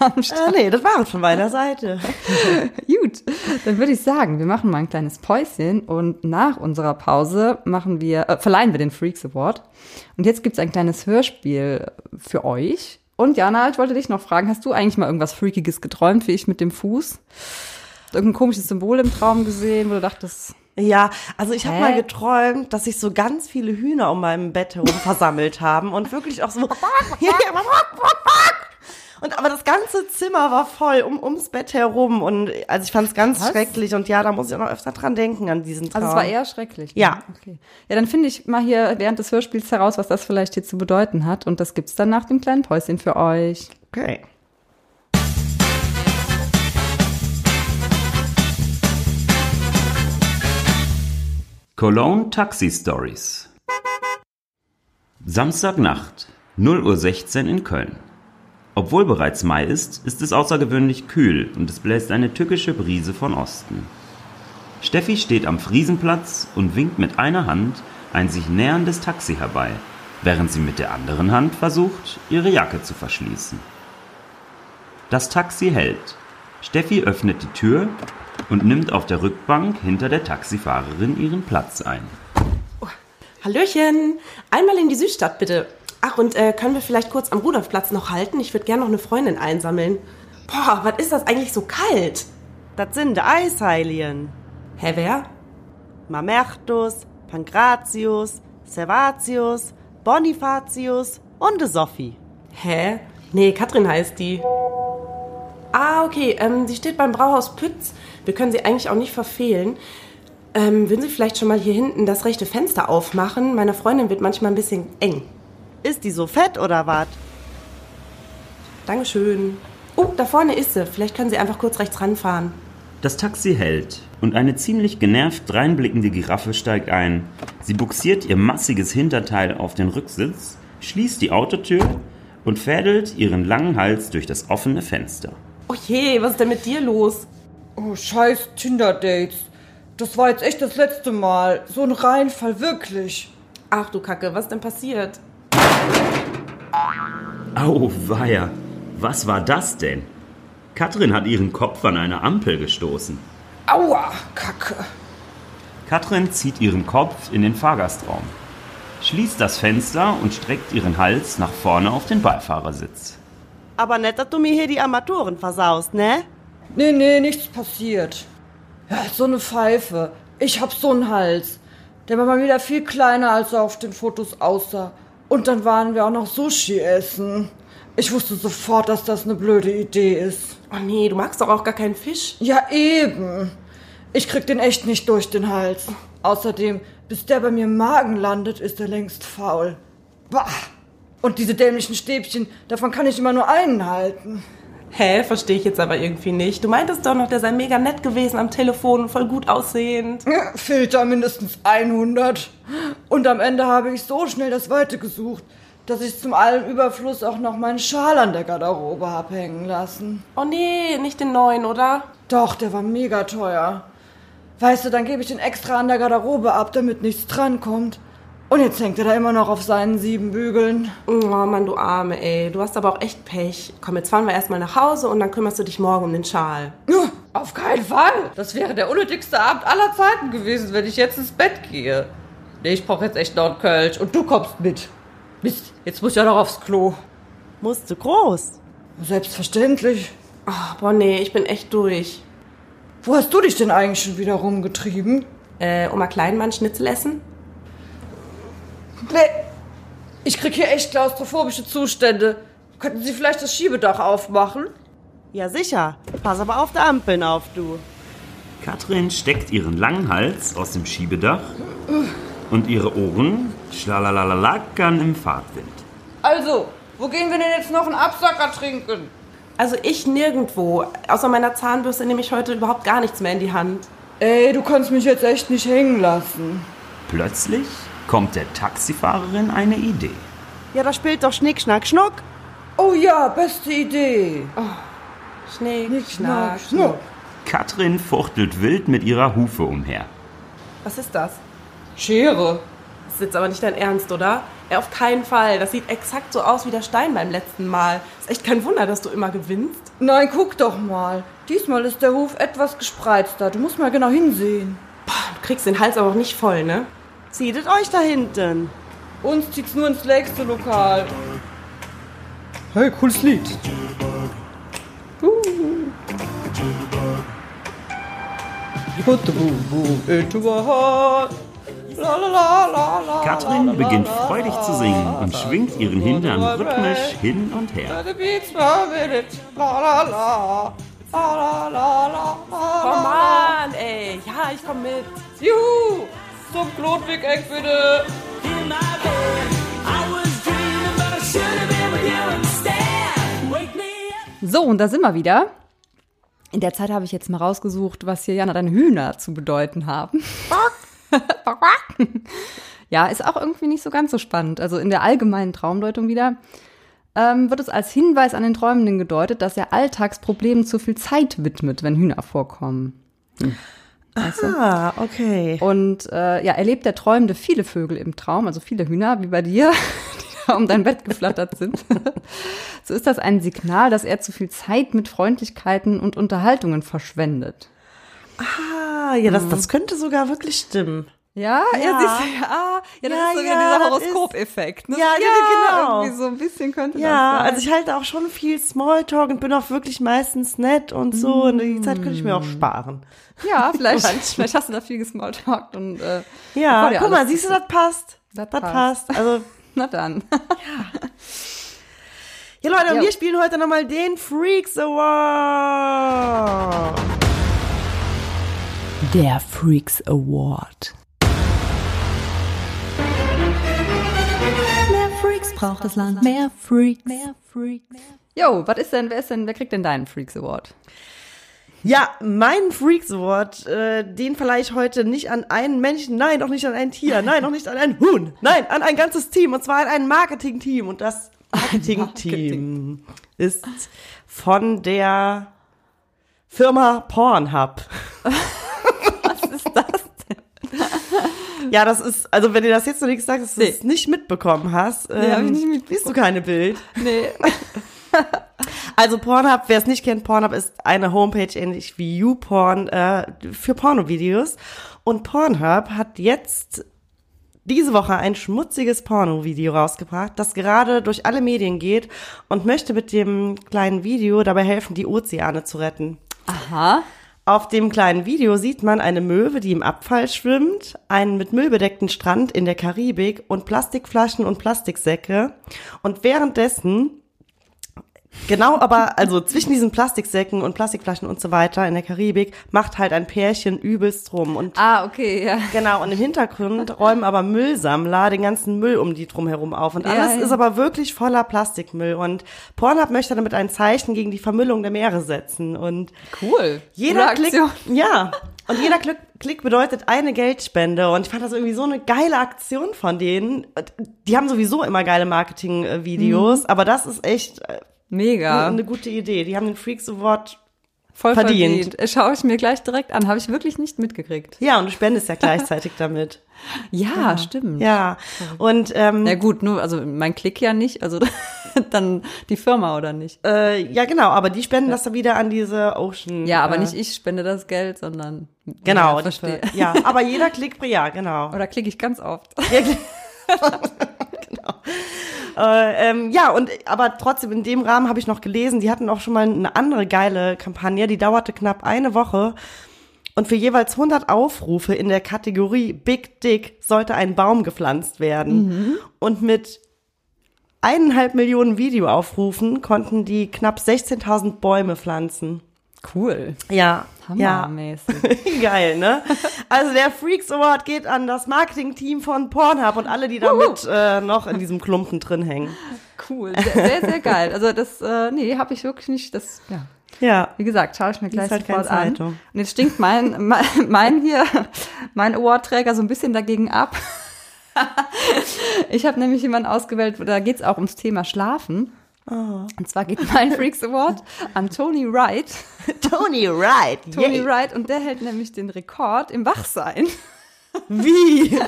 Speaker 1: Äh, nee, das war es von meiner Seite.
Speaker 4: Gut, dann würde ich sagen, wir machen mal ein kleines Päuschen und nach unserer Pause machen wir, äh, verleihen wir den Freaks Award. Und jetzt gibt's ein kleines Hörspiel für euch. Und Jana, ich wollte dich noch fragen, hast du eigentlich mal irgendwas Freakiges geträumt, wie ich mit dem Fuß? Irgendein komisches Symbol im Traum gesehen, wo du dachtest,
Speaker 1: Ja, also ich habe
Speaker 4: Hä?
Speaker 1: mal geträumt, dass sich so ganz viele Hühner um meinem Bett herum versammelt haben und wirklich auch so. und aber das ganze Zimmer war voll um ums Bett herum und also ich fand es ganz
Speaker 4: Was?
Speaker 1: schrecklich und ja, da muss ich auch noch öfter dran denken an diesen Traum.
Speaker 4: also es war eher schrecklich. ne?
Speaker 1: Ja.
Speaker 4: Okay. Ja, dann finde ich mal hier während des Hörspiels heraus, was das vielleicht hier zu bedeuten hat. Und das gibt's dann nach dem kleinen Päuschen für euch.
Speaker 1: okay.
Speaker 7: Cologne Taxi Stories. Samstagnacht, 0.16 Uhr in Köln. Obwohl bereits Mai ist, ist es außergewöhnlich kühl und es bläst eine tückische Brise von Osten. Steffi steht am Friesenplatz und winkt mit einer Hand ein sich näherndes Taxi herbei, während sie mit der anderen Hand versucht, ihre Jacke zu verschließen. Das Taxi hält. Steffi öffnet die Tür und nimmt auf der Rückbank hinter der Taxifahrerin ihren Platz ein.
Speaker 8: Hallöchen, einmal in die Südstadt bitte. Ach, und äh, können wir vielleicht kurz am Rudolfplatz noch halten? Ich würde gerne noch eine Freundin einsammeln. Boah, was ist das eigentlich so kalt?
Speaker 1: Das sind die Eisheiligen.
Speaker 8: Hä, wer?
Speaker 1: Mamertus, Pankratius, Servatius, Bonifatius und de Sophie.
Speaker 8: Hä? Nee, Katrin heißt die. Ah, okay, ähm, sie steht beim Brauhaus Pütz. Wir können sie eigentlich auch nicht verfehlen. Ähm, würden Sie vielleicht schon mal hier hinten das rechte Fenster aufmachen? Meiner Freundin wird manchmal ein bisschen eng.
Speaker 1: Ist die so fett oder was?
Speaker 8: Dankeschön. Oh, da vorne ist sie. Vielleicht können Sie einfach kurz rechts ranfahren.
Speaker 7: Das Taxi hält und eine ziemlich genervt dreinblickende Giraffe steigt ein. Sie buxiert ihr massiges Hinterteil auf den Rücksitz, schließt die Autotür und fädelt ihren langen Hals durch das offene Fenster.
Speaker 8: Oh je, was ist denn mit dir los?
Speaker 9: Oh, scheiß Tinder-Dates. Das war jetzt echt das letzte Mal. So ein Reinfall, wirklich.
Speaker 8: Ach du Kacke, was ist denn passiert?
Speaker 7: Auweia, was war das denn? Katrin hat ihren Kopf an eine Ampel gestoßen.
Speaker 9: Aua, Kacke.
Speaker 7: Katrin zieht ihren Kopf in den Fahrgastraum, schließt das Fenster und streckt ihren Hals nach vorne auf den Beifahrersitz.
Speaker 1: Aber nett, dass du mir hier die Armaturen versaust, ne?
Speaker 9: Nee, nee, nichts passiert. Ja, so eine Pfeife. Ich hab so einen Hals. Der war mal wieder viel kleiner, als er auf den Fotos aussah. Und dann waren wir auch noch Sushi essen. Ich wusste sofort, dass das eine blöde Idee ist.
Speaker 8: Oh nee, du magst doch auch gar keinen Fisch.
Speaker 9: Ja, eben. Ich krieg den echt nicht durch den Hals. Außerdem, bis der bei mir im Magen landet, ist er längst faul. Bah! Und diese dämlichen Stäbchen, davon kann ich immer nur einen halten.
Speaker 8: Hä, verstehe ich jetzt aber irgendwie nicht. Du meintest doch noch, der sei mega nett gewesen am Telefon und voll gut aussehend.
Speaker 9: Filter mindestens 100. Und am Ende habe ich so schnell das Weite gesucht, dass ich zum allen Überfluss auch noch meinen Schal an der Garderobe hab hängen lassen.
Speaker 1: Oh nee, nicht den neuen, oder?
Speaker 9: Doch, der war mega teuer. Weißt du, dann gebe ich den extra an der Garderobe ab, damit nichts drankommt. Und jetzt hängt er da immer noch auf seinen sieben Bügeln.
Speaker 1: Oh Mann, du Arme, ey. Du hast aber auch echt Pech. Komm, jetzt fahren wir erstmal nach Hause und dann kümmerst du dich morgen um den Schal.
Speaker 9: Ja, Auf keinen Fall. Das wäre der unnötigste Abend aller Zeiten gewesen, wenn ich jetzt ins Bett gehe. Nee, ich brauche jetzt echt noch einen Kölsch und du kommst mit. Mist, jetzt muss ich ja noch aufs Klo.
Speaker 3: Musst du groß?
Speaker 9: Selbstverständlich.
Speaker 1: Ach, Oh, boah, nee, ich bin echt durch.
Speaker 9: Wo hast du dich denn eigentlich schon wieder rumgetrieben?
Speaker 1: Äh, Oma Kleinmann Schnitzel essen?
Speaker 9: Nee, ich krieg hier echt klaustrophobische Zustände. Könnten Sie vielleicht das Schiebedach aufmachen?
Speaker 3: Ja, sicher. Pass aber auf der Ampeln auf, du.
Speaker 7: Katrin steckt ihren langen Hals aus dem Schiebedach und ihre Ohren schlalalalackern im Fahrtwind.
Speaker 9: Also, wo gehen wir denn jetzt noch einen Absacker trinken?
Speaker 1: Also ich nirgendwo. Außer meiner Zahnbürste nehme ich heute überhaupt gar nichts mehr in die Hand.
Speaker 9: Ey, du kannst mich jetzt echt nicht hängen lassen.
Speaker 7: Plötzlich kommt der Taxifahrerin eine Idee.
Speaker 3: Ja, da spielt doch Schnick, Schnack, Schnuck.
Speaker 9: Oh ja, beste Idee.
Speaker 1: Schnick, schnack,
Speaker 9: Schnuck.
Speaker 7: Katrin fuchtelt wild mit ihrer Hufe umher.
Speaker 1: Was ist das?
Speaker 9: Schere.
Speaker 1: Das ist jetzt aber nicht dein Ernst, oder? Ja, auf keinen Fall. Das sieht exakt so aus wie der Stein beim letzten Mal. Ist echt kein Wunder, dass du immer gewinnst.
Speaker 9: Nein, guck doch mal. Diesmal ist der Huf etwas gespreizter. Du musst mal genau hinsehen.
Speaker 1: Du kriegst den Hals aber auch nicht voll, ne?
Speaker 3: Zieht es euch da hinten.
Speaker 9: Uns zieht's nur ins nächste Lokal.
Speaker 5: Hey, cooles Lied.
Speaker 7: Katrin beginnt freudig zu singen und schwingt ihren Hintern rhythmisch hin und her.
Speaker 1: Oh Mann, ey. Ja, ich komm mit.
Speaker 9: Juhu! Zum Klotwig-Eck bitte!
Speaker 4: So, und da sind wir wieder. In der Zeit habe ich jetzt mal rausgesucht, was hier Jana deine Hühner zu bedeuten haben. ja, ist auch irgendwie nicht so ganz so spannend. Also in der allgemeinen Traumdeutung wieder ähm, wird es als Hinweis an den Träumenden gedeutet, dass er Alltagsproblemen zu viel Zeit widmet, wenn Hühner vorkommen.
Speaker 3: Ah, okay.
Speaker 4: Und äh, ja, erlebt der Träumende viele Vögel im Traum, also viele Hühner, wie bei dir, die da um dein Bett geflattert sind. so ist das ein Signal, dass er zu viel Zeit mit Freundlichkeiten und Unterhaltungen verschwendet.
Speaker 3: Ah, ja,
Speaker 1: Mhm.
Speaker 3: das, das könnte sogar wirklich stimmen.
Speaker 4: Ja, ja,
Speaker 3: Ja.
Speaker 4: siehst du, ah, ja, das
Speaker 3: Ja,
Speaker 4: ist
Speaker 3: ja,
Speaker 4: so wieder dieser
Speaker 3: das ist-
Speaker 4: Horoskopeffekt. Ne?
Speaker 3: Ja, ja, genau.
Speaker 4: Irgendwie so ein bisschen könnte
Speaker 3: Ja,
Speaker 4: das sein.
Speaker 3: also ich halte auch schon viel Smalltalk und bin auch wirklich meistens nett und so. Und die Zeit könnte ich mir auch sparen.
Speaker 4: ja, vielleicht, vielleicht hast du da viel gesmalltalkt und äh, bevor
Speaker 3: Ja,
Speaker 4: dir
Speaker 3: guck mal,
Speaker 4: alles-
Speaker 3: siehst du, das passt.
Speaker 4: Das
Speaker 3: Das,
Speaker 4: passt.
Speaker 3: passt. Also,
Speaker 4: Na dann.
Speaker 3: ja, Leute, und
Speaker 4: Ja.
Speaker 3: wir spielen heute nochmal den Freaks Award.
Speaker 10: Der Freaks Award. Mehr Freaks braucht das Land. Mehr Freaks. Mehr Freaks.
Speaker 4: Jo, was ist denn, wer ist denn, wer kriegt denn deinen Freaks Award?
Speaker 3: Ja, meinen Freaks Award, äh, den verleihe ich heute nicht an einen Menschen, nein, auch nicht an ein Tier, nein, auch nicht an ein Huhn, nein, an ein ganzes Team, und zwar an ein Marketing-Team. Und das Marketing-Team ist von der Firma Pornhub.
Speaker 4: Was ist das?
Speaker 3: Ja, das ist, also wenn dir das jetzt noch nichts sagt, dass du
Speaker 4: Nee.
Speaker 3: es nicht mitbekommen hast, ähm,
Speaker 4: hab ich nicht mitbekommen.
Speaker 3: siehst du keine Bild.
Speaker 4: Nee.
Speaker 3: Also Pornhub, wer es nicht kennt, Pornhub ist eine Homepage ähnlich wie YouPorn äh, für Pornovideos. Und Pornhub hat jetzt diese Woche ein schmutziges Porno-Video rausgebracht, das gerade durch alle Medien geht und möchte mit dem kleinen Video dabei helfen, die Ozeane zu retten.
Speaker 4: Aha.
Speaker 3: Auf dem kleinen Video sieht man eine Möwe, die im Abfall schwimmt, einen mit Müll bedeckten Strand in der Karibik und Plastikflaschen und Plastiksäcke. Und währenddessen, genau aber, also zwischen diesen Plastiksäcken und Plastikflaschen und so weiter in der Karibik, macht halt ein Pärchen übelst rum. Und
Speaker 4: Ah, okay, ja.
Speaker 3: Genau, und im Hintergrund räumen aber Müllsammler den ganzen Müll um die drumherum auf. Und
Speaker 4: Ja,
Speaker 3: alles
Speaker 4: ja.
Speaker 3: ist aber wirklich voller Plastikmüll. Und Pornhub möchte damit ein Zeichen gegen die Vermüllung der Meere setzen. Und
Speaker 4: Cool.
Speaker 3: jeder
Speaker 4: Coole
Speaker 3: Klick,
Speaker 4: Aktion.
Speaker 3: ja, Und jeder Klick, Klick bedeutet eine Geldspende. Und ich fand das irgendwie so eine geile Aktion von denen. Die haben sowieso immer geile Marketing-Videos,
Speaker 4: Mhm.
Speaker 3: aber das ist echt äh,
Speaker 4: Mega.
Speaker 3: eine gute Idee. Die haben den Freaks Award.
Speaker 4: Voll verdient.
Speaker 3: verdient.
Speaker 4: Schaue ich mir gleich direkt an. Habe ich wirklich nicht mitgekriegt. Genau.
Speaker 3: Ja, und du spendest ja gleichzeitig damit.
Speaker 4: Ja, stimmt.
Speaker 3: Ja. Und ähm,
Speaker 4: Na gut, nur, also mein Klick ja nicht, also dann die Firma oder nicht.
Speaker 3: äh, ja, genau, aber die spenden das dann wieder an diese Ocean.
Speaker 4: Ja, aber
Speaker 3: äh,
Speaker 4: nicht ich spende das Geld, sondern.
Speaker 3: Genau,
Speaker 4: Ja, verstehe.
Speaker 3: ja, aber jeder Klick, ja, genau.
Speaker 4: Oder klicke ich ganz oft.
Speaker 3: Genau. Äh, ähm, ja, und aber trotzdem, in dem Rahmen habe ich noch gelesen, die hatten auch schon mal eine andere geile Kampagne, die dauerte knapp eine Woche. Und für jeweils 100 Aufrufe in der Kategorie Big Dick sollte ein Baum gepflanzt werden. Und mit eineinhalb Millionen Videoaufrufen konnten die knapp 16.000 Bäume pflanzen.
Speaker 4: Cool.
Speaker 3: Ja, ja.
Speaker 4: Hammermäßig.
Speaker 3: Geil, ne? Also der Freaks Award geht an das Marketingteam von Pornhub und alle, die damit äh, noch in diesem Klumpen drin hängen.
Speaker 4: Cool. Sehr, sehr, sehr geil. Also das, äh, nee, habe ich wirklich nicht. Das, ja.
Speaker 3: Ja.
Speaker 4: Wie gesagt, schaue ich mir gleich
Speaker 3: halt
Speaker 4: sofort
Speaker 3: keine
Speaker 4: an.
Speaker 3: Zeitung.
Speaker 4: Und jetzt stinkt mein, mein, mein hier, mein Awardträger so ein bisschen dagegen ab. Ich habe nämlich jemanden ausgewählt, da geht's auch ums Thema Schlafen.
Speaker 3: Oh.
Speaker 4: Und zwar geht mein Freaks Award an Tony Wright.
Speaker 3: Tony Wright.
Speaker 4: Tony
Speaker 3: yay.
Speaker 4: Wright und der hält nämlich den Rekord im Wachsein.
Speaker 3: Wie?
Speaker 4: ja,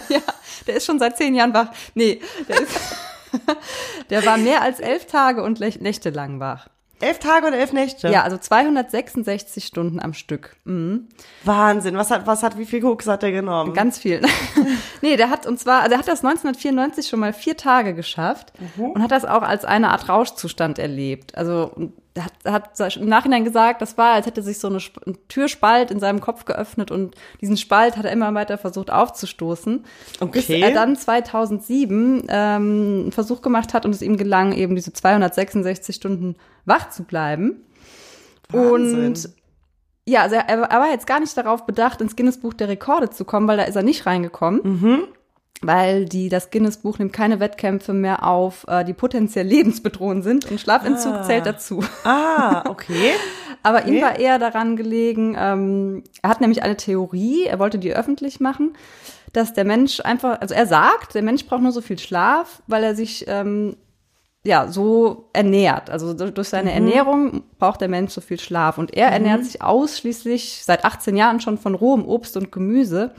Speaker 4: der ist schon seit zehn Jahren wach. Nee, der ist, der war mehr als elf Tage und Lech- Nächte lang wach.
Speaker 3: Elf Tage und elf Nächte.
Speaker 4: Ja, also 266 Stunden am Stück. Mhm.
Speaker 3: Wahnsinn. Was hat, was hat, wie viel Koks hat er genommen?
Speaker 4: Ganz viel. nee, der hat und zwar, der hat das 1994 schon mal vier Tage geschafft und hat das auch als eine Art Rauschzustand erlebt. Also und er hat, er hat im Nachhinein gesagt, das war, als hätte sich so eine, Sp ein Türspalt in seinem Kopf geöffnet und diesen Spalt hat er immer weiter versucht aufzustoßen. Bis
Speaker 3: Okay.
Speaker 4: er dann 2007 ähm, einen Versuch gemacht hat und es ihm gelang, eben diese 266 Stunden wach zu bleiben.
Speaker 3: Wahnsinn.
Speaker 4: Und ja, also er, er war jetzt gar nicht darauf bedacht, ins Guinness-Buch der Rekorde zu kommen, weil da ist er nicht reingekommen.
Speaker 3: Mhm.
Speaker 4: Weil die, das Guinness-Buch nimmt keine Wettkämpfe mehr auf, äh, die potenziell lebensbedrohend sind und Schlafentzug zählt dazu.
Speaker 3: Ah, okay.
Speaker 4: Aber ihm war eher daran gelegen, ähm, er hat nämlich eine Theorie, er wollte die öffentlich machen, dass der Mensch einfach, also er sagt, der Mensch braucht nur so viel Schlaf, weil er sich ähm, ja so ernährt. Also du- durch seine Ernährung braucht der Mensch so viel Schlaf. Und er ernährt sich ausschließlich seit 18 Jahren schon von rohem Obst und Gemüse.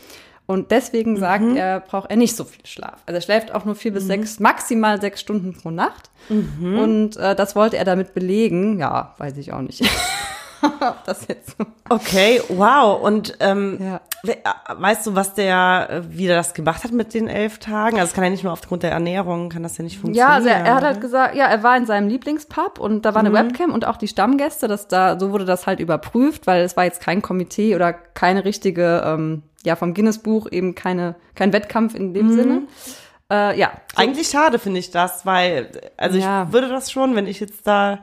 Speaker 4: Und deswegen sagt er, braucht er nicht so viel Schlaf. Also er schläft auch nur vier bis sechs, maximal sechs Stunden pro Nacht. Und äh, das wollte er damit belegen. Ja, weiß ich auch nicht. Ob das jetzt so.
Speaker 3: Okay, wow. Und ähm,
Speaker 4: Ja.
Speaker 3: we- äh, weißt du, was der äh, wieder das gemacht hat mit den elf Tagen? Also es kann ja nicht nur aufgrund der Ernährung, kann das ja nicht
Speaker 4: Ja,
Speaker 3: funktionieren.
Speaker 4: also er, er hat halt
Speaker 3: oder?
Speaker 4: gesagt, ja, er war in seinem Lieblingspub und da war eine Webcam und auch die Stammgäste, das da, so wurde das halt überprüft, weil es war jetzt kein Komitee oder keine richtige, ähm, ja, vom Guinness-Buch eben keine, kein Wettkampf in dem Sinne. Äh, ja,
Speaker 3: Eigentlich schade finde ich das, weil, also
Speaker 4: Ja.
Speaker 3: ich würde das schon, wenn ich jetzt da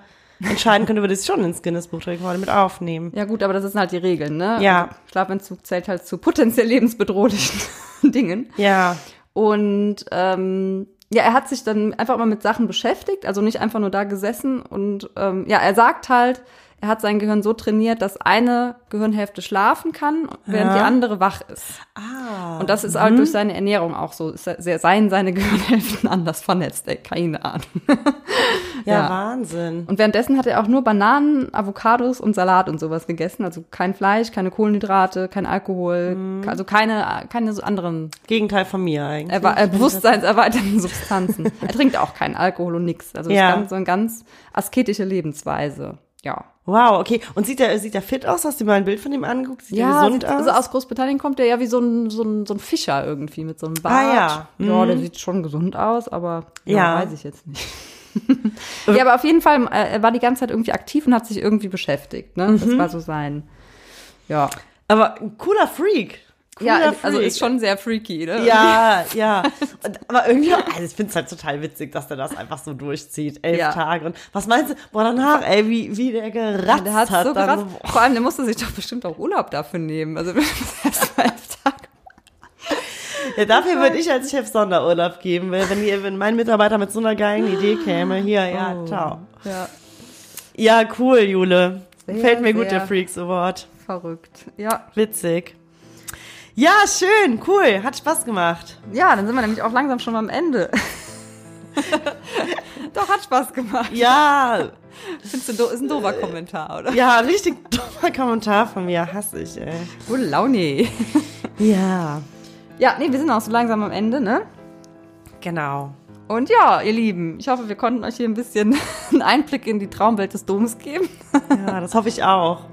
Speaker 3: entscheiden könnte, würde ich es schon ins Guinness-Buch Rekorde mit aufnehmen.
Speaker 4: Ja, gut, aber das sind halt die Regeln, ne?
Speaker 3: Ja.
Speaker 4: Also Schlafentzug zählt halt zu potenziell lebensbedrohlichen Dingen.
Speaker 3: Ja.
Speaker 4: Und ähm, ja, er hat sich dann einfach mal mit Sachen beschäftigt, also nicht einfach nur da gesessen. Und ähm, ja, er sagt halt, er hat sein Gehirn so trainiert, dass eine Gehirnhälfte schlafen kann, während die andere wach ist. Ah. Und das ist halt durch seine Ernährung auch so. Ist er- sehr- Seien seine Gehirnhälften anders vernetzt, ey, keine Ahnung.
Speaker 3: Ja,
Speaker 4: Ja.
Speaker 3: Wahnsinn.
Speaker 4: Und währenddessen hat er auch nur Bananen, Avocados und Salat und sowas gegessen. Also kein Fleisch, keine Kohlenhydrate, kein Alkohol, also keine, keine so anderen
Speaker 3: Gegenteil von mir eigentlich.
Speaker 4: Erwa äh, bewusstseinserweiternden Substanzen. er trinkt auch keinen Alkohol und nix. Also
Speaker 3: Ja.
Speaker 4: ist ganz, so eine ganz asketische Lebensweise. Ja.
Speaker 3: Wow, okay. Und sieht der, sieht der fit aus? Hast du mal ein Bild von ihm angeguckt? Sieht der gesund
Speaker 4: sieht-
Speaker 3: aus?
Speaker 4: also aus Großbritannien kommt der ja wie so ein, so ein, so ein Fischer irgendwie mit so einem Bart.
Speaker 3: Ah, ja.
Speaker 4: ja, der sieht schon gesund aus, aber Mhm. ja,
Speaker 3: Ja.
Speaker 4: weiß ich jetzt nicht. ja, aber auf jeden Fall, äh, er war die ganze Zeit irgendwie aktiv und hat sich irgendwie beschäftigt. Ne? Das war so sein. Ja.
Speaker 3: Aber ein cooler Freak. Cooler
Speaker 4: ja,
Speaker 3: Freak.
Speaker 4: also ist schon sehr freaky, ne?
Speaker 3: Ja, ja. Und, aber irgendwie, auch- also ich finde es halt total witzig, dass der das einfach so durchzieht. Elf
Speaker 4: Ja.
Speaker 3: Tage. Und was meinst du? Boah, danach, ey, wie, wie der geratzt
Speaker 4: Der hat so krass.
Speaker 3: dann.
Speaker 4: Vor allem, der musste sich doch bestimmt auch Urlaub dafür nehmen. Also erst mal elf Tage.
Speaker 3: Ja, Äh, dafür würde ich als Chef Sonderurlaub geben, weil wenn, die, wenn mein Mitarbeiter mit so einer geilen Idee käme. Hier, ja, ciao.
Speaker 4: Ja,
Speaker 3: Ja, cool, Jule.
Speaker 4: Sehr,
Speaker 3: Gefällt mir gut,
Speaker 4: sehr.
Speaker 3: der Freaks Award.
Speaker 4: verrückt. Ja,
Speaker 3: Witzig. Ja, schön, cool, hat Spaß gemacht.
Speaker 4: Ja, dann sind wir nämlich auch langsam schon am Ende. Doch, hat Spaß gemacht.
Speaker 3: Ja,
Speaker 4: Findest du, do- ist ein dober Kommentar, oder?
Speaker 3: ja, richtig dummer Kommentar von mir, hasse ich, ey.
Speaker 4: Gute Laune.
Speaker 3: Ja,
Speaker 4: Ja, nee, wir sind auch so langsam am Ende, ne?
Speaker 3: genau.
Speaker 4: Und ja, ihr Lieben, ich hoffe, wir konnten euch hier ein bisschen einen Einblick in die Traumwelt des Doms geben.
Speaker 3: Ja, das hoffe ich auch.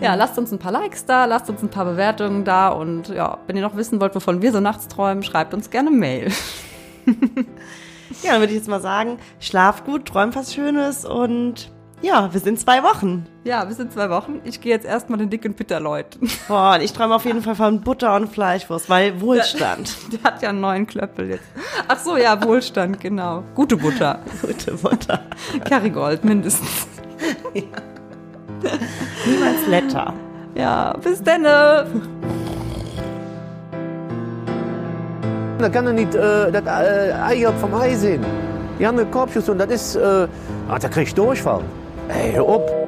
Speaker 4: Ja, lasst uns ein paar Likes da, lasst uns ein paar Bewertungen da und ja, wenn ihr noch wissen wollt, wovon wir so nachts träumen, schreibt uns gerne Mail.
Speaker 3: Ja, dann würde ich jetzt mal sagen, schlaf gut, träum was Schönes und ja, wir sind zwei Wochen.
Speaker 4: Ja, bis in zwei Wochen. Ich gehe jetzt erstmal den dicken Pitter läuten.
Speaker 3: Boah, und ich träume auf jeden Fall von Butter und Fleischwurst, weil Wohlstand.
Speaker 4: Der hat ja einen neuen Klöppel jetzt. Ach so, ja, Wohlstand, genau. Gute Butter.
Speaker 3: Gute Butter.
Speaker 4: Kerrygold mindestens.
Speaker 3: Niemals letter.
Speaker 4: Ja, bis denne.
Speaker 2: Da kann er nicht äh, das äh, Ei vom Ei sehen. Die haben einen Korbschuss und das ist. Äh, ah, da krieg ich Durchfall. Ey, hör auf.